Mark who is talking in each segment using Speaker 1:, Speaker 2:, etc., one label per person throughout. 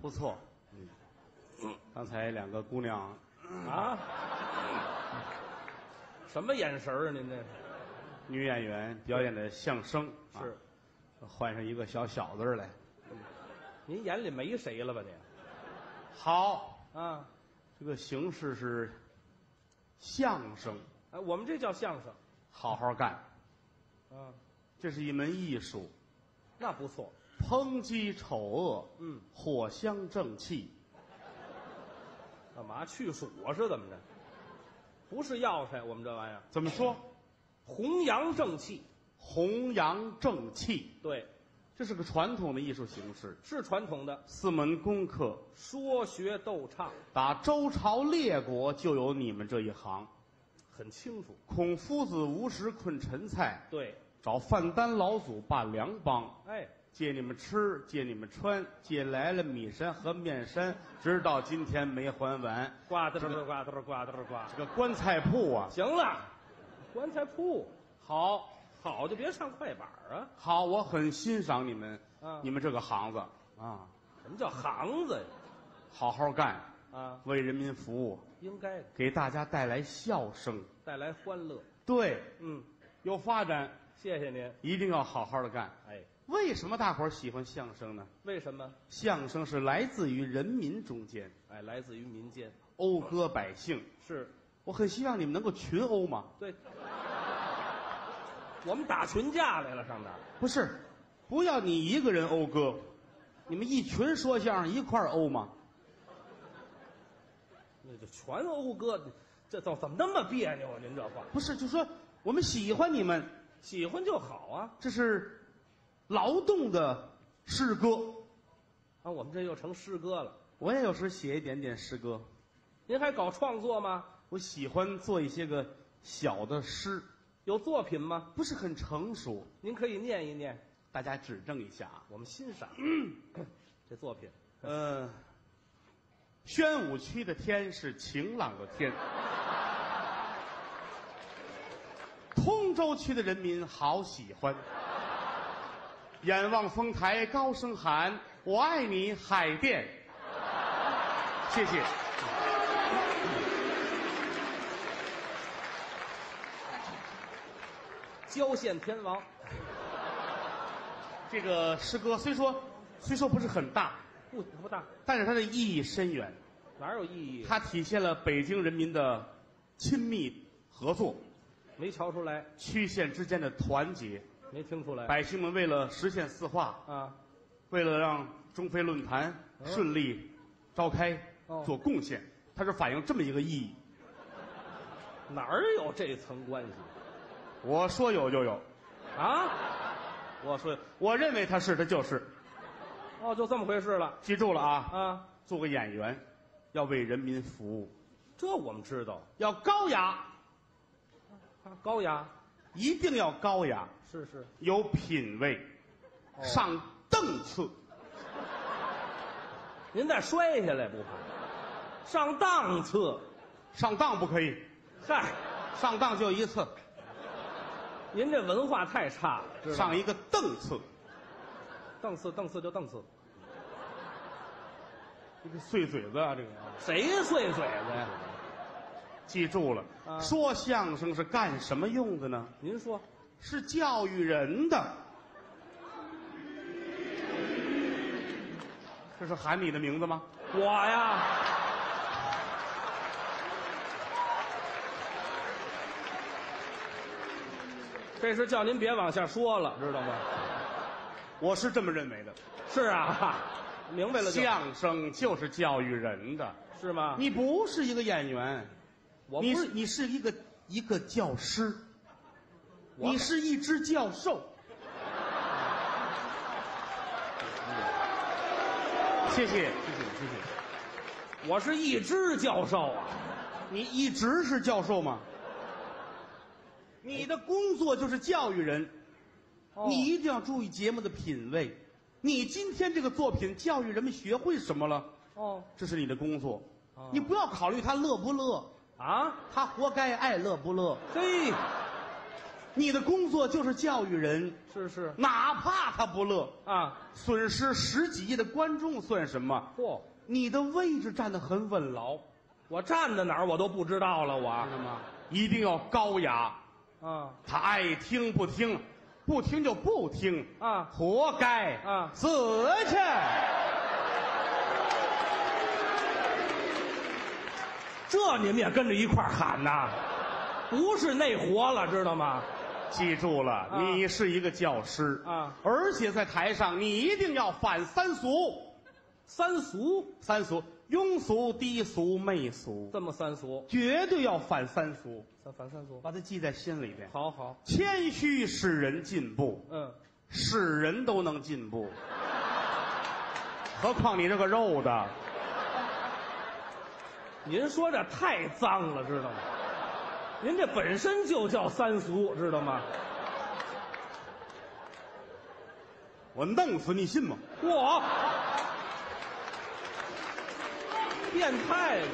Speaker 1: 不错。嗯刚才两个姑娘，
Speaker 2: 啊？什么眼神儿啊？您这
Speaker 1: 女演员表演的相声，啊
Speaker 2: 是
Speaker 1: 换上一个小小子儿来，
Speaker 2: 您眼里没谁了吧？您
Speaker 1: 好，
Speaker 2: 啊，
Speaker 1: 这个形式是相声，
Speaker 2: 哎，我们这叫相声
Speaker 1: 好好干，
Speaker 2: 啊，
Speaker 1: 这是一门艺术，
Speaker 2: 那不错。
Speaker 1: 抨击丑恶，
Speaker 2: 嗯，
Speaker 1: 藿香正气，
Speaker 2: 干嘛去暑啊？是怎么着？不是药材，我们这玩意儿
Speaker 1: 怎么说？
Speaker 2: 弘扬正气，
Speaker 1: 弘扬正气，
Speaker 2: 对，
Speaker 1: 这是个传统的艺术形式。
Speaker 2: 是传统的
Speaker 1: 四门功课，
Speaker 2: 说学逗唱，
Speaker 1: 打周朝列国就有你们这一行。
Speaker 2: 很清楚。
Speaker 1: 孔夫子无时困陈蔡，
Speaker 2: 对，
Speaker 1: 找范丹老祖把粮帮，
Speaker 2: 哎，
Speaker 1: 借你们吃，借你们穿，借来了米山和面山，直到今天没还完。
Speaker 2: 呱嗒儿呱嗒儿呱嗒儿呱。
Speaker 1: 这个棺材铺啊，
Speaker 2: 行了，棺材铺
Speaker 1: 好，
Speaker 2: 好就别唱快板儿啊！
Speaker 1: 好，我很欣赏你们，
Speaker 2: 啊
Speaker 1: 你们这个行子啊，
Speaker 2: 什么叫行子
Speaker 1: 好好干，
Speaker 2: 呀？啊，
Speaker 1: 为人民服务，
Speaker 2: 应该
Speaker 1: 给大家带来笑声。
Speaker 2: 带来欢乐。
Speaker 1: 对，
Speaker 2: 嗯，
Speaker 1: 有发展，
Speaker 2: 谢谢您。
Speaker 1: 一定要好好的干。
Speaker 2: 哎，
Speaker 1: 为什么大伙儿喜欢相声呢？
Speaker 2: 为什么？
Speaker 1: 相声是来自于人民中间，
Speaker 2: 哎，来自于民间，
Speaker 1: 讴歌百姓。
Speaker 2: 是
Speaker 1: 我很希望你们能够群殴嘛，
Speaker 2: 对。我们打群架来了，上哪儿？
Speaker 1: 不是，不要你一个人讴歌，你们一群说相声一块儿殴嘛。
Speaker 2: 那就全讴歌，这怎怎么那么别扭啊？您这话
Speaker 1: 不是，就说我们喜欢你们，
Speaker 2: 喜欢就好啊！
Speaker 1: 这是劳动的诗歌。
Speaker 2: 啊，我们这又成诗歌了。
Speaker 1: 我也有时写一点点诗歌，
Speaker 2: 您还搞创作吗？
Speaker 1: 我喜欢做一些个小的诗，
Speaker 2: 有作品吗？
Speaker 1: 不是很成熟，
Speaker 2: 您可以念一念，
Speaker 1: 大家指正一下啊。
Speaker 2: 我们欣赏 这作品。
Speaker 1: 嗯，宣武区的天是晴朗的天，通州区的人民好喜欢。眼望丰台，高声喊：“我爱你，海淀！”谢谢。
Speaker 2: 郊县天王，
Speaker 1: 这个诗歌虽说虽说不是很大，
Speaker 2: 不不大，
Speaker 1: 但是它的意义深远，
Speaker 2: 哪有意义？
Speaker 1: 它体现了北京人民的亲密合作，
Speaker 2: 没瞧出来，
Speaker 1: 区县之间的团结。
Speaker 2: 没听出来
Speaker 1: 百姓们为了实现四化，
Speaker 2: 啊？
Speaker 1: 为了让中非论坛顺利召开
Speaker 2: 哦，
Speaker 1: 做贡献，它是反映这么一个意义。
Speaker 2: 哪儿有这层关系
Speaker 1: 我说有就有，
Speaker 2: 啊？
Speaker 1: 我说我认为它是，它就是。
Speaker 2: 哦，就这么回事了
Speaker 1: 记住了啊，
Speaker 2: 啊？
Speaker 1: 做个演员要为人民服务，
Speaker 2: 这我们知道，
Speaker 1: 要高雅，
Speaker 2: 啊、高雅
Speaker 1: 一定要高雅，
Speaker 2: 是是，
Speaker 1: 有品位，
Speaker 2: 哦
Speaker 1: 上档次。
Speaker 2: 您再摔下来不怕？上档次，
Speaker 1: 上当不可以，
Speaker 2: 嗨，
Speaker 1: 上当就一次，
Speaker 2: 您这文化太差了，知道吗
Speaker 1: 上一个档次。
Speaker 2: 档次档次就档次，
Speaker 1: 这个碎嘴子啊，这个。
Speaker 2: 谁碎嘴子呀？
Speaker 1: 记住了，
Speaker 2: 啊
Speaker 1: 说相声是干什么用的呢？
Speaker 2: 您说
Speaker 1: 是教育人的，这是喊你的名字吗？
Speaker 2: 我呀？这是叫您别往下说了，知道吗？
Speaker 1: 我是这么认为的。
Speaker 2: 是啊，明白了就，
Speaker 1: 相声就是教育人的，
Speaker 2: 是吗？
Speaker 1: 你不是一个演员，
Speaker 2: 我
Speaker 1: 你
Speaker 2: 不
Speaker 1: 是
Speaker 2: 是
Speaker 1: 你是一个一个教师，
Speaker 2: 我
Speaker 1: 你是一只教 授。谢谢，谢谢，谢谢。
Speaker 2: 我是一只教授啊，
Speaker 1: 你一直是教授吗？你的工作就是教育人，
Speaker 2: 哦
Speaker 1: 你一定要注意节目的品位。你今天这个作品教育人们学会什么了？
Speaker 2: 哦
Speaker 1: 这是你的工作，
Speaker 2: 哦
Speaker 1: 你不要考虑他乐不乐，
Speaker 2: 啊，
Speaker 1: 他活该爱乐不乐。
Speaker 2: 嘿，
Speaker 1: 你的工作就是教育人，
Speaker 2: 是是
Speaker 1: 哪怕他不乐，
Speaker 2: 啊，
Speaker 1: 损失十几亿的观众算什么？
Speaker 2: 嚯、
Speaker 1: 你的位置站得很稳牢，
Speaker 2: 老，我站在哪儿我都不知道了，
Speaker 1: 知道
Speaker 2: 我
Speaker 1: 吗？一定要高雅，
Speaker 2: 啊
Speaker 1: 他爱听不听，不听就不听，
Speaker 2: 啊，
Speaker 1: 活该
Speaker 2: 啊
Speaker 1: 死去！
Speaker 2: 这你们也跟着一块儿喊呐？不是内活了，知道吗？
Speaker 1: 记住了，
Speaker 2: 啊
Speaker 1: 你是一个教师
Speaker 2: 啊，
Speaker 1: 而且在台上你一定要反三俗，
Speaker 2: 三俗
Speaker 1: 三俗：庸俗、低俗、媚俗，
Speaker 2: 这么三俗，
Speaker 1: 绝对要反三俗，
Speaker 2: 三反三俗，
Speaker 1: 把它记在心里边。
Speaker 2: 好好，
Speaker 1: 谦虚使人进步，
Speaker 2: 嗯，
Speaker 1: 使人都能进步，何况你这个肉的，
Speaker 2: 您说这太脏了，知道吗？您这本身就叫三俗，知道吗？
Speaker 1: 我弄死你信吗？
Speaker 2: 嚯，变态了，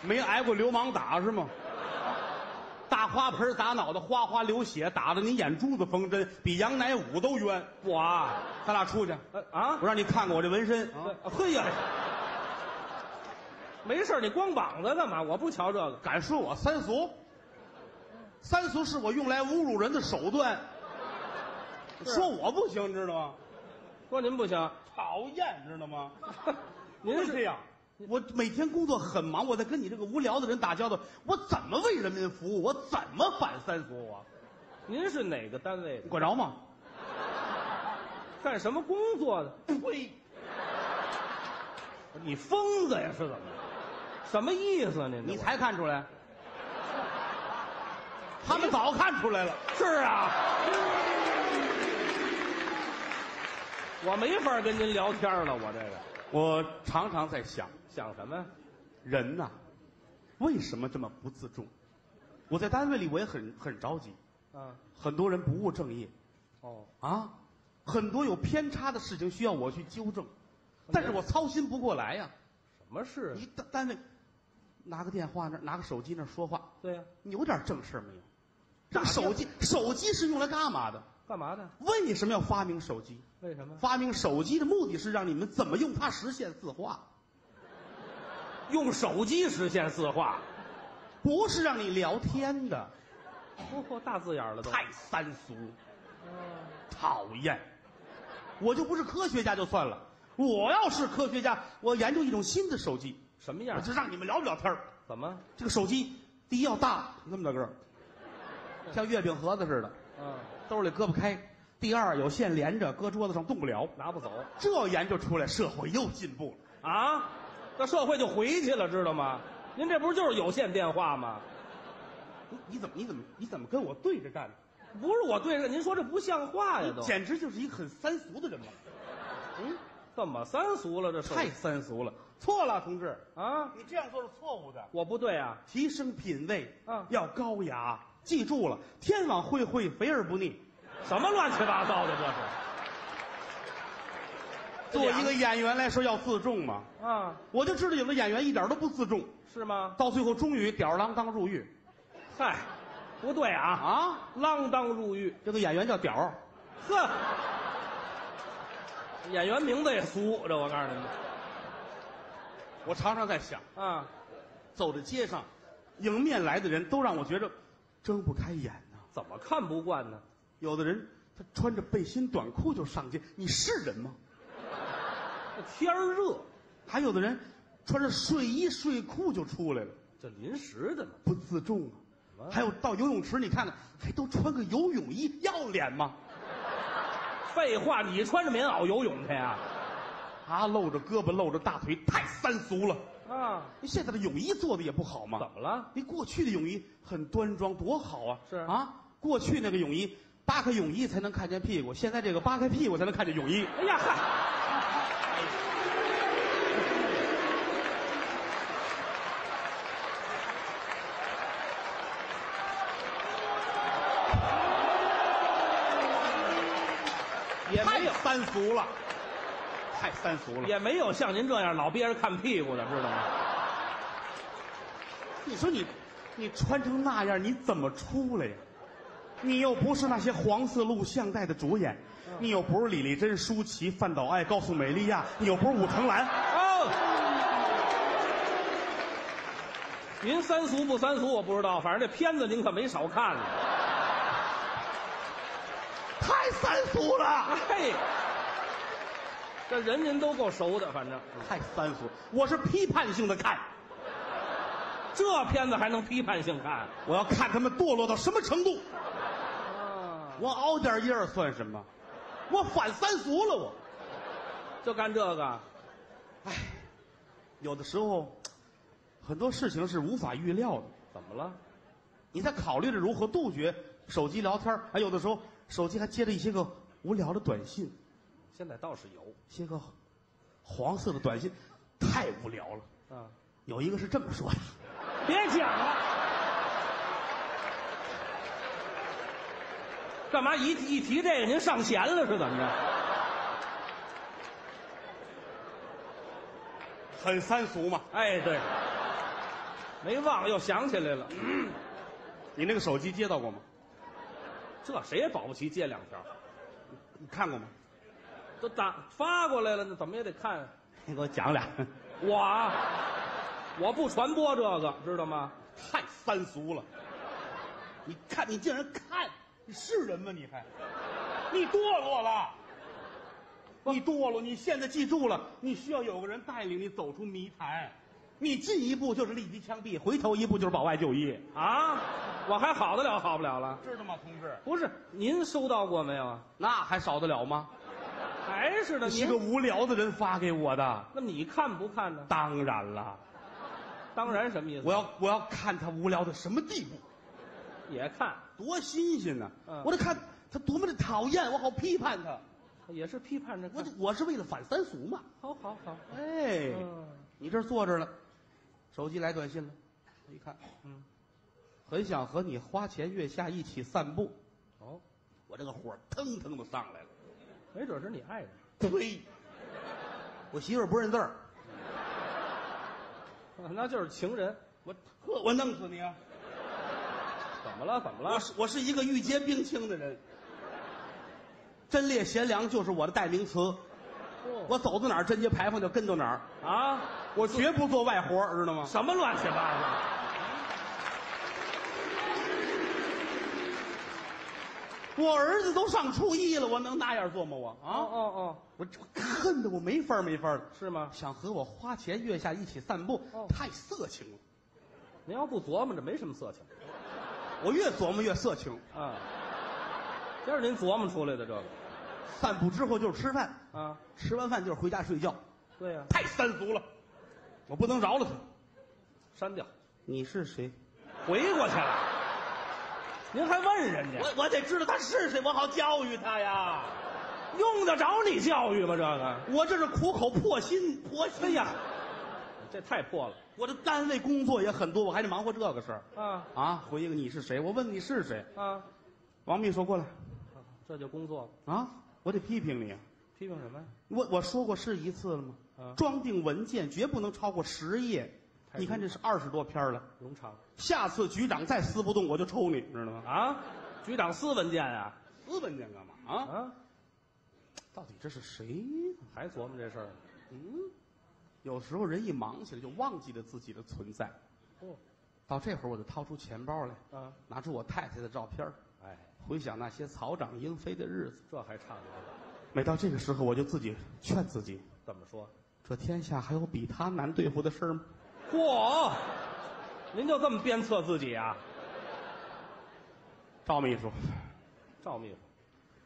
Speaker 1: 没挨过流氓打是吗？大花盆打脑袋，哗哗流血，打的你眼珠子缝针，比杨乃武都冤。
Speaker 2: 我啊
Speaker 1: 咱俩出去，
Speaker 2: 呃啊
Speaker 1: 我，让你看看我这纹身。
Speaker 2: 对嘿呀，没事儿你光膀子干嘛？我不瞧这个，
Speaker 1: 敢说我三俗？三俗是我用来侮辱人的手段。
Speaker 2: 是
Speaker 1: 说我不行，知道吗？
Speaker 2: 说您不行，
Speaker 1: 讨厌，知道 吗？
Speaker 2: 您
Speaker 1: 不
Speaker 2: 是
Speaker 1: 这样，我每天工作很忙，我在跟你这个无聊的人打交道，我怎么为人民服务？我怎么反三俗啊？
Speaker 2: 您是哪个单位的
Speaker 1: 你？管着吗？
Speaker 2: 干什么工作的？
Speaker 1: 呸！
Speaker 2: 你疯子呀？是怎么着？什么意思啊？您这
Speaker 1: 你才看出来，他们早看出来了。
Speaker 2: 是啊，我没法跟您聊天了，我这个
Speaker 1: 我常常在想，
Speaker 2: 想什么呀？
Speaker 1: 人呐、为什么这么不自重？我在单位里我也很很着急，
Speaker 2: 啊，
Speaker 1: 很多人不务正业
Speaker 2: 哦，
Speaker 1: 啊，很多有偏差的事情需要我去纠正，但是我操心不过来呀、
Speaker 2: 什么事啊？
Speaker 1: 你单单位拿个电话那儿拿个手机那儿说话，
Speaker 2: 对呀、
Speaker 1: 你有点正事儿没有？这
Speaker 2: 打
Speaker 1: 个
Speaker 2: 电
Speaker 1: 手机手机是用来干嘛的？
Speaker 2: 干嘛的？
Speaker 1: 为什么要发明手机？
Speaker 2: 为什么？
Speaker 1: 发明手机的目的是让你们怎么用它实现字画，
Speaker 2: 用手机实现四化，
Speaker 1: 不是让你聊天的。
Speaker 2: 哦嚯、大字眼儿了都。
Speaker 1: 太三俗，
Speaker 2: 哦
Speaker 1: 讨厌！我就不是科学家就算了，我要是科学家，我研究一种新的手机，
Speaker 2: 什么样
Speaker 1: 我？就让你们聊不聊天儿
Speaker 2: 怎么？
Speaker 1: 这个手机第一要大，那么大个儿，像月饼盒子似的，
Speaker 2: 嗯，
Speaker 1: 兜里搁不开；第二有线连着，搁桌子上动不了。
Speaker 2: 拿不走
Speaker 1: 这研究出来，社会又进步了。
Speaker 2: 啊？那社会就回去了，知道吗？您这不是就是有线电话吗？
Speaker 1: 你你怎么你怎么你怎么跟我对着干呢？
Speaker 2: 不是我对着您说，这不像话呀都，
Speaker 1: 简直就是一个很三俗的人嘛！嗯，
Speaker 2: 怎么三俗了这手
Speaker 1: 太三俗了，错了，同志，
Speaker 2: 啊？
Speaker 1: 你这样做是错误的。
Speaker 2: 我不对啊，
Speaker 1: 提升品味，
Speaker 2: 嗯
Speaker 1: 要高雅。记住了，天网恢恢，肥而不腻。
Speaker 2: 什么乱七八糟的这是？
Speaker 1: 作为一个演员来说，要自重嘛。
Speaker 2: 啊，
Speaker 1: 我就知道有的演员一点都不自重，
Speaker 2: 是吗？
Speaker 1: 到最后终于吊儿郎当入狱
Speaker 2: 嗨，不对啊，
Speaker 1: 啊！
Speaker 2: 锒铛入狱。
Speaker 1: 这个演员叫屌儿，
Speaker 2: 呵，演员名字也俗，这我告诉你们
Speaker 1: 我常常在想，
Speaker 2: 啊，
Speaker 1: 走在街上，迎面来的人都让我觉着睁不开眼呐、
Speaker 2: 怎么看不惯呢？
Speaker 1: 有的人他穿着背心短裤就上街，你是人吗？
Speaker 2: 这天儿热，
Speaker 1: 还有的人穿着睡衣睡裤就出来了，
Speaker 2: 这临时的嘛。
Speaker 1: 不自重啊！
Speaker 2: 什么
Speaker 1: 还有到游泳池，你看看，还都穿个游泳衣，要脸吗？
Speaker 2: 废话，你穿着棉袄游泳去呀、
Speaker 1: 啊，露着胳膊，露着大腿，太三俗了。
Speaker 2: 啊？啊，
Speaker 1: 你现在的泳衣做的也不好
Speaker 2: 怎
Speaker 1: 嘛？
Speaker 2: 么了？
Speaker 1: 你过去的泳衣很端庄，多好啊！
Speaker 2: 是
Speaker 1: 啊，过去那个泳衣，扒开泳衣才能看见屁股，现在这个扒开屁股才能看见泳衣。
Speaker 2: 哎呀，嗨，也没有
Speaker 1: 太三俗了，太三俗了。
Speaker 2: 也没有像您这样老憋着看屁股的，知道吗？
Speaker 1: 你说你，你穿成那样，你怎么出来呀？你又不是那些黄色录像带的主演，
Speaker 2: 嗯
Speaker 1: 你又不是李丽珍、舒淇、范岛爱、高素美莉亚，你又不是武藤兰，
Speaker 2: 哦，您三俗不三俗我不知道，反正这片子您可没少看呢。
Speaker 1: 太三俗 了，
Speaker 2: 嘿，哎这人您都够熟的，反正
Speaker 1: 太三俗。我是批判性的看，
Speaker 2: 这片子还能批判性看
Speaker 1: 我要看他们堕落到什么程度。
Speaker 2: 啊？
Speaker 1: 我熬点夜儿算什么？我反三俗了我。
Speaker 2: 就干这个？
Speaker 1: 有的时候，很多事情是无法预料的。
Speaker 2: 怎么了？
Speaker 1: 你在考虑着如何杜绝手机聊天儿，还有的时候手机还接着一些个无聊的短信，
Speaker 2: 现在倒是有
Speaker 1: 一些个黄色的短信，太无聊了。
Speaker 2: 啊，
Speaker 1: 有一个是这么说的
Speaker 2: 别讲了。干嘛一一提这个您上弦了是怎么着？：“
Speaker 1: 很三俗嘛，
Speaker 2: 哎，对，没忘又想起来了，
Speaker 1: 你那个手机接到过吗？
Speaker 2: 这谁也保不齐接两条，
Speaker 1: 你看过吗？
Speaker 2: 都打发过来了，那怎么也得看。
Speaker 1: 你给我讲俩，
Speaker 2: 我啊，我不传播这个，知道吗？
Speaker 1: 太三俗了。你看，你竟然看，你是人吗？你还，你堕落了。”你堕落，你现在记住了，你需要有个人带领你走出迷潭，你进一步就是立即枪毙，回头一步就是保外就医，
Speaker 2: 啊，我还好得了，好不了了。
Speaker 1: 知道吗，同志？
Speaker 2: 不是，您收到过没有啊？
Speaker 1: 那还少得了吗？
Speaker 2: 还是的，
Speaker 1: 是个
Speaker 2: 您
Speaker 1: 无聊的人发给我的。
Speaker 2: 那你看不看呢？
Speaker 1: 当然了，
Speaker 2: 当然什么意思？
Speaker 1: 我要我要看他无聊到什么地步，
Speaker 2: 也看，
Speaker 1: 多新鲜呢、
Speaker 2: 嗯
Speaker 1: 我得看他多么的讨厌，我好批判他。
Speaker 2: 也是批判着
Speaker 1: 我
Speaker 2: 看
Speaker 1: 就。我是为了反三俗嘛。
Speaker 2: 好好好，
Speaker 1: 哎，
Speaker 2: 嗯
Speaker 1: 你这儿坐着了，手机来短信了，我一看，
Speaker 2: 嗯，
Speaker 1: 很想和你花前月下一起散步。
Speaker 2: 哦，
Speaker 1: 我这个火腾腾的上来了，
Speaker 2: 没准是你爱人。
Speaker 1: 呸！ 我媳妇儿不认字儿，
Speaker 2: 啊那就是情人。
Speaker 1: 我呵，我弄死你啊！
Speaker 2: 怎么了？怎么了
Speaker 1: 我？是我是一个玉洁冰清的人，贞烈贤良就是我的代名词。
Speaker 2: 我
Speaker 1: 我走到哪儿，贞洁牌坊就跟到哪儿，
Speaker 2: 啊，
Speaker 1: 我绝不做外活儿，知道吗？
Speaker 2: 什么乱七八糟？
Speaker 1: 我儿子都上初一了，我能那样做吗？我啊，
Speaker 2: 哦哦
Speaker 1: 我我恨得我没法儿没法儿的
Speaker 2: 哦，，是吗？
Speaker 1: 想和我花前月下一起散步
Speaker 2: 哦，
Speaker 1: 太色情了。
Speaker 2: 您要不琢磨着，没什么色情
Speaker 1: 我越琢磨越色情，
Speaker 2: 啊。这是您琢磨出来的这个
Speaker 1: 散步之后就是吃饭，
Speaker 2: 啊？
Speaker 1: 吃完饭就是回家睡觉，
Speaker 2: 对呀、
Speaker 1: 太三俗了，我不能饶了他。
Speaker 2: 删掉，
Speaker 1: 你是谁？
Speaker 2: 回过去了。您还问人家？
Speaker 1: 我我得知道他是谁，我好教育他呀。
Speaker 2: 用得着你教育吗？这个？
Speaker 1: 我这是苦口婆心，婆心。
Speaker 2: 哎呀，，这太破了
Speaker 1: 我的单位工作也很多，我还得忙活这个事儿
Speaker 2: 啊
Speaker 1: 啊。回一个你是谁？我问你是谁？
Speaker 2: 啊！
Speaker 1: 王秘书过来
Speaker 2: 这就工作了，
Speaker 1: 啊！我得批评你。啊
Speaker 2: 批评什么呀？
Speaker 1: 我我说过是一次了吗？
Speaker 2: 啊，
Speaker 1: 装订文件绝不能超过十页。
Speaker 2: 太
Speaker 1: 你看这是二十多篇了，
Speaker 2: 冗长
Speaker 1: 下次局长再撕不动，我就抽你，知道吗？
Speaker 2: 啊！局长私文件啊
Speaker 1: 撕文件干嘛啊？
Speaker 2: 啊！
Speaker 1: 到底这是谁？
Speaker 2: 还琢磨这事儿呢？
Speaker 1: 嗯，有时候人一忙起来就忘记了自己的存在。
Speaker 2: 哦，
Speaker 1: 到这会儿我就掏出钱包来，
Speaker 2: 啊，
Speaker 1: 拿出我太太的照片儿，
Speaker 2: 哎，
Speaker 1: 回想那些草长莺飞的日子。
Speaker 2: 这还差不多。
Speaker 1: 每到这个时候，我就自己劝自己：
Speaker 2: 怎么说？
Speaker 1: 这天下还有比他难对付的事儿吗？
Speaker 2: 嚯，您就这么鞭策自己啊？
Speaker 1: 赵秘书，
Speaker 2: 赵秘书，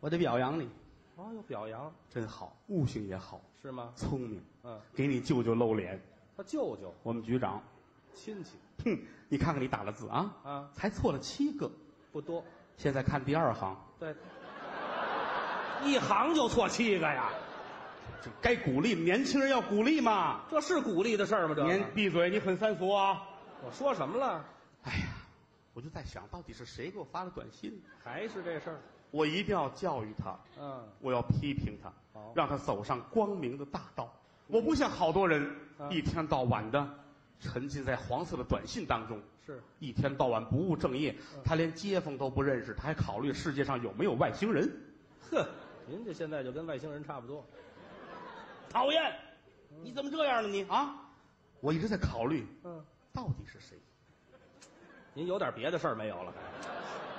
Speaker 1: 我得表扬你，
Speaker 2: 哦，有表扬
Speaker 1: 真好，悟性也好，
Speaker 2: 是吗？
Speaker 1: 聪明，
Speaker 2: 嗯，
Speaker 1: 给你舅舅露脸。
Speaker 2: 他舅舅
Speaker 1: 我们局长，
Speaker 2: 亲戚
Speaker 1: 哼，你看看你打的字啊，
Speaker 2: 啊，
Speaker 1: 才错了七个。
Speaker 2: 不多，
Speaker 1: 现在看第二行，
Speaker 2: 对，一行就错七个呀，
Speaker 1: 这该鼓励年轻人要鼓励嘛。
Speaker 2: 这是鼓励的事儿吗？这
Speaker 1: 您
Speaker 2: 个
Speaker 1: 闭嘴，你很三俗啊！
Speaker 2: 我说什么了？
Speaker 1: 哎呀，我就在想到底是谁给我发的短信，
Speaker 2: 还是这事儿？
Speaker 1: 我一定要教育他，
Speaker 2: 嗯，
Speaker 1: 我要批评他，
Speaker 2: 好，
Speaker 1: 让他走上光明的大道。我不像好多人
Speaker 2: 啊
Speaker 1: 一天到晚的沉浸在黄色的短信当中，
Speaker 2: 是
Speaker 1: 一天到晚不务正业，他连街坊都不认识，他还考虑世界上有没有外星人，
Speaker 2: 哼，您这现在就跟外星人差不多。
Speaker 1: 讨厌！你怎么这样呢？你啊！我一直在考虑
Speaker 2: 嗯，
Speaker 1: 到底是谁，
Speaker 2: 您有点别的事儿没有了？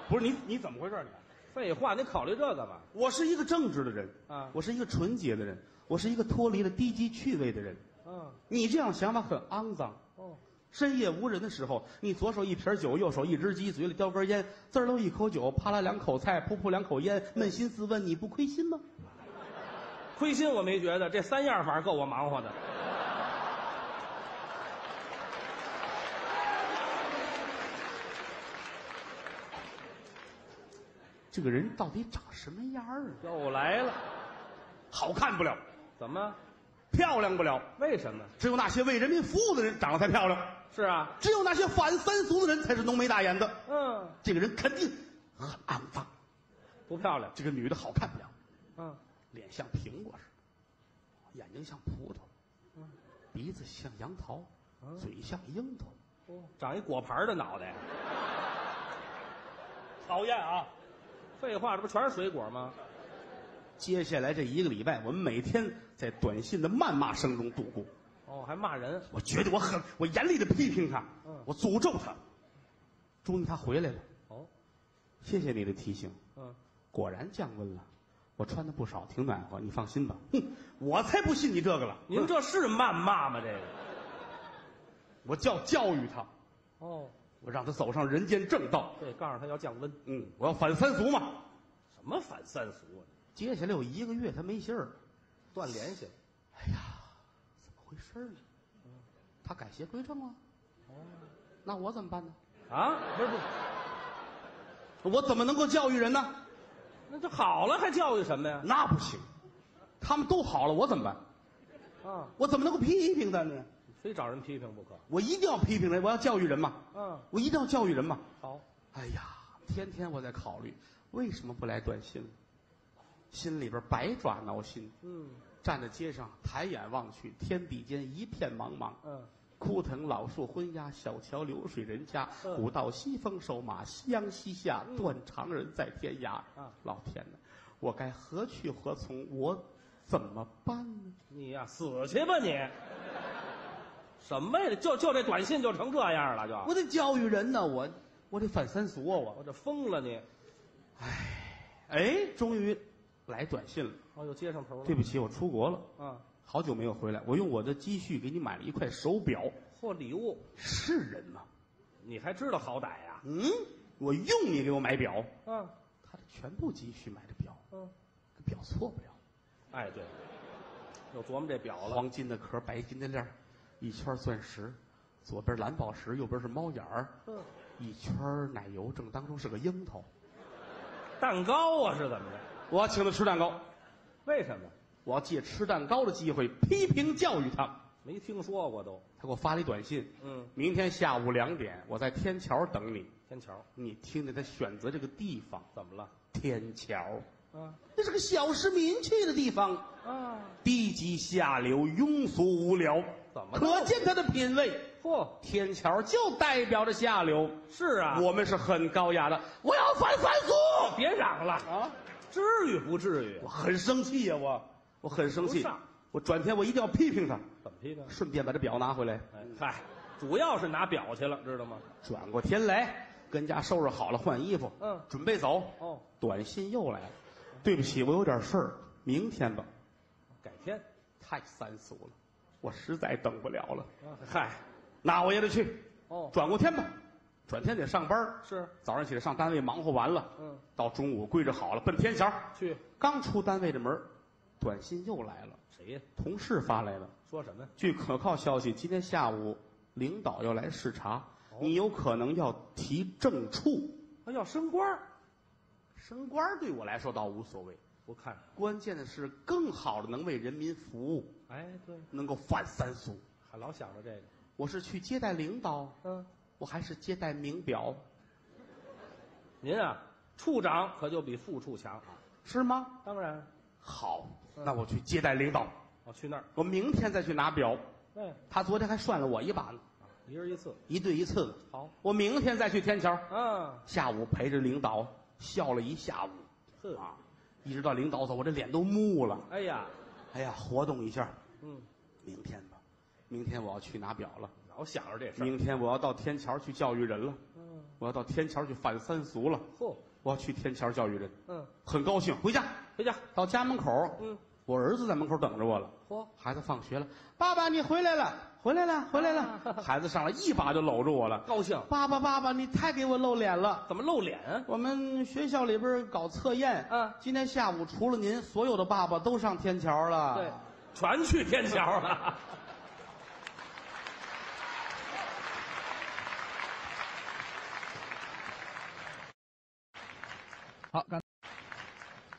Speaker 1: 不是你你怎么回事儿？你
Speaker 2: 废话，您考虑这干嘛？
Speaker 1: 我是一个正直的人
Speaker 2: 啊
Speaker 1: 我是一个纯洁的人，我是一个脱离了低级趣味的人。
Speaker 2: 嗯，
Speaker 1: 你这样想法很肮脏。
Speaker 2: 哦，
Speaker 1: 深夜无人的时候，你左手一瓶酒，右手一只鸡，嘴里叼根烟，滋儿溜一口酒，啪啦两口菜，噗噗两口烟，扪心自问，你不亏心吗？
Speaker 2: 亏心我没觉得，这三样法够我忙活的。
Speaker 1: 这个人到底长什么样儿啊？
Speaker 2: 又来了，
Speaker 1: 好看不了，
Speaker 2: 怎么？
Speaker 1: 漂亮不了，
Speaker 2: 为什么？
Speaker 1: 只有那些为人民服务的人长得才漂亮，
Speaker 2: 是啊，
Speaker 1: 只有那些反三俗的人才是浓眉大眼的。
Speaker 2: 嗯，
Speaker 1: 这个人肯定很肮脏，
Speaker 2: 不漂亮。
Speaker 1: 这个女的好看不了。
Speaker 2: 嗯，
Speaker 1: 脸像苹果似的，眼睛像葡萄，
Speaker 2: 嗯
Speaker 1: 鼻子像杨桃，
Speaker 2: 嗯
Speaker 1: 嘴像樱桃。
Speaker 2: 哦长一果盘的脑 袋。
Speaker 1: 讨厌啊！
Speaker 2: 废话，这不全是水果吗？
Speaker 1: 接下来这一个礼拜，我们每天在短信的谩骂声中度过。
Speaker 2: 哦，还骂人。
Speaker 1: 我觉得我很，我严厉的批评他，
Speaker 2: 嗯
Speaker 1: 我诅咒他。终于他回来了，
Speaker 2: 哦，
Speaker 1: 谢谢你的提醒，
Speaker 2: 嗯，
Speaker 1: 果然降温了。我穿的不少，挺暖和，你放心吧。哼，我才不信你这个了。
Speaker 2: 您这是谩骂吗？这个？
Speaker 1: 我教教育他，
Speaker 2: 哦，
Speaker 1: 我让他走上人间正道。
Speaker 2: 对，告诉他要降温。
Speaker 1: 嗯，我要反三俗嘛。
Speaker 2: 什么反三俗啊？
Speaker 1: 接下来有一个月他没信儿，
Speaker 2: 断联系。
Speaker 1: 怎么回事呢？他改邪归正了，
Speaker 2: 哦
Speaker 1: 那我怎么办呢？
Speaker 2: 啊，不是不是，
Speaker 1: 我怎么能够教育人呢？
Speaker 2: 那就好了，还教育什么呀？
Speaker 1: 那不行，他们都好了，我怎么办？
Speaker 2: 啊，
Speaker 1: 我怎么能够批评他呢？
Speaker 2: 非找人批评不可。
Speaker 1: 我一定要批评人，我要教育人嘛，
Speaker 2: 嗯，
Speaker 1: 我一定要教育人嘛。
Speaker 2: 好，
Speaker 1: 哎呀，天天我在考虑为什么不来短信了，心里边百爪挠心。
Speaker 2: 嗯
Speaker 1: 站在街上，抬眼望去，天地间一片茫茫。
Speaker 2: 嗯，
Speaker 1: 枯藤老树昏鸦，小桥流水人家。
Speaker 2: 嗯
Speaker 1: 古道西风瘦马，夕阳西下，
Speaker 2: 嗯
Speaker 1: 断肠人在天涯。
Speaker 2: 啊
Speaker 1: 老天呐，我该何去何从？我怎么办呢？
Speaker 2: 你呀、死去吧你！什么呀？就就这短信就成这样了，就
Speaker 1: 我得教育人呢，我我得反三俗啊！我
Speaker 2: 我这疯了你！
Speaker 1: 哎，终于来短信了，
Speaker 2: 哦，又接上头了。
Speaker 1: 对不起，我出国了，
Speaker 2: 啊，
Speaker 1: 好久没有回来。我用我的积蓄给你买了一块手表，
Speaker 2: 嚯，礼物，
Speaker 1: 是人吗？
Speaker 2: 你还知道好歹呀、
Speaker 1: 嗯，我用你给我买表，
Speaker 2: 嗯
Speaker 1: 他的全部积蓄买的表，
Speaker 2: 嗯，
Speaker 1: 表错不了。
Speaker 2: 哎对，又琢磨这表了。
Speaker 1: 黄金的壳，白金的链儿，一圈钻石，左边蓝宝石，右边是猫眼儿，
Speaker 2: 嗯，
Speaker 1: 一圈奶油，正当中是个樱桃。
Speaker 2: 蛋糕啊是怎么着？
Speaker 1: 我要请他吃蛋糕，
Speaker 2: 为什么？
Speaker 1: 我要借吃蛋糕的机会批评教育他。
Speaker 2: 没听说过都。
Speaker 1: 他给我发了一短信，
Speaker 2: 嗯，
Speaker 1: 明天下午两点，我在天桥等你。
Speaker 2: 天桥
Speaker 1: 你听听他选择这个地方，
Speaker 2: 怎么了？
Speaker 1: 天桥，
Speaker 2: 啊
Speaker 1: 那是个小市民去的地方，
Speaker 2: 啊，
Speaker 1: 低级下流、庸俗无聊，
Speaker 2: 怎么
Speaker 1: 可见他的品味。
Speaker 2: 嚯，
Speaker 1: 天桥就代表着下流。
Speaker 2: 是啊，
Speaker 1: 我们是很高雅的，我要反三俗
Speaker 2: 别嚷了，
Speaker 1: 啊！
Speaker 2: 至于不至于
Speaker 1: 我？很生气呀、我我很生
Speaker 2: 不啊
Speaker 1: 气
Speaker 2: 上，
Speaker 1: 我转天我一定要批评他，
Speaker 2: 怎么批评？
Speaker 1: 顺便把这表拿回来。
Speaker 2: 哎嗨，主要是拿表去了，知道吗？
Speaker 1: 转过天来，跟家收拾好了，换衣服，
Speaker 2: 嗯
Speaker 1: 准备走。
Speaker 2: 哦，
Speaker 1: 短信又来了，对不起，我有点事儿，明天吧。
Speaker 2: 改天。
Speaker 1: 太三俗了，我实在等不了了，
Speaker 2: 啊嗨，
Speaker 1: 那我也得去。
Speaker 2: 哦，
Speaker 1: 转过天吧，转天得上班儿，
Speaker 2: 是，
Speaker 1: 早上起来上单位忙活完了，
Speaker 2: 嗯，
Speaker 1: 到中午归置好了，奔天桥。
Speaker 2: 去
Speaker 1: 刚出单位的门儿，短信又来了，
Speaker 2: 谁呀？
Speaker 1: 同事发来的。
Speaker 2: 说什么呀？
Speaker 1: 据可靠消息，今天下午领导要来视察，
Speaker 2: 哦
Speaker 1: 你有可能要提正处。
Speaker 2: 啊，要升官儿
Speaker 1: 升官儿对我来说倒无所谓，
Speaker 2: 我看，
Speaker 1: 关键的是更好的能为人民服务，
Speaker 2: 哎，对，
Speaker 1: 能够反三俗。
Speaker 2: 还老想着这个。
Speaker 1: 我是去接待领导，
Speaker 2: 嗯，
Speaker 1: 我还是接待名表，
Speaker 2: 您啊，处长可就比副处强啊。
Speaker 1: 是吗？
Speaker 2: 当然，
Speaker 1: 好，
Speaker 2: 嗯
Speaker 1: 那我去接待领导，
Speaker 2: 我去那儿。
Speaker 1: 我明天再去拿表。
Speaker 2: 哎，
Speaker 1: 他昨天还涮了我一把呢，
Speaker 2: 啊一人一次，
Speaker 1: 一对一次的。
Speaker 2: 好，
Speaker 1: 我明天再去天桥，
Speaker 2: 嗯，
Speaker 1: 下午陪着领导笑了一下午
Speaker 2: 呵，
Speaker 1: 啊，一直到领导走，我这脸都木了。
Speaker 2: 哎呀，
Speaker 1: 哎呀，活动一下，
Speaker 2: 嗯，
Speaker 1: 明天吧，明天我要去拿表了，
Speaker 2: 老想着这事儿，
Speaker 1: 明天我要到天桥去教育人了，
Speaker 2: 嗯，
Speaker 1: 我要到天桥去反三俗了，
Speaker 2: 嚯，
Speaker 1: 我要去天桥教育人，
Speaker 2: 嗯，
Speaker 1: 很高兴。回家
Speaker 2: 回家，
Speaker 1: 到家门口，
Speaker 2: 嗯，
Speaker 1: 我儿子在门口等着我了。
Speaker 2: 嚯，
Speaker 1: 孩子放学了，爸爸你回来了，回来了，回来了。孩子上来一把就搂住我了，
Speaker 2: 高兴，
Speaker 1: 爸爸爸爸，你太给我露脸了。
Speaker 2: 怎么露脸啊？
Speaker 1: 我们学校里边搞测验，呃
Speaker 2: 嗯
Speaker 1: 今天下午除了您，所有的爸爸都上天桥了。
Speaker 2: 啊对，全去天桥了。
Speaker 3: 好，刚。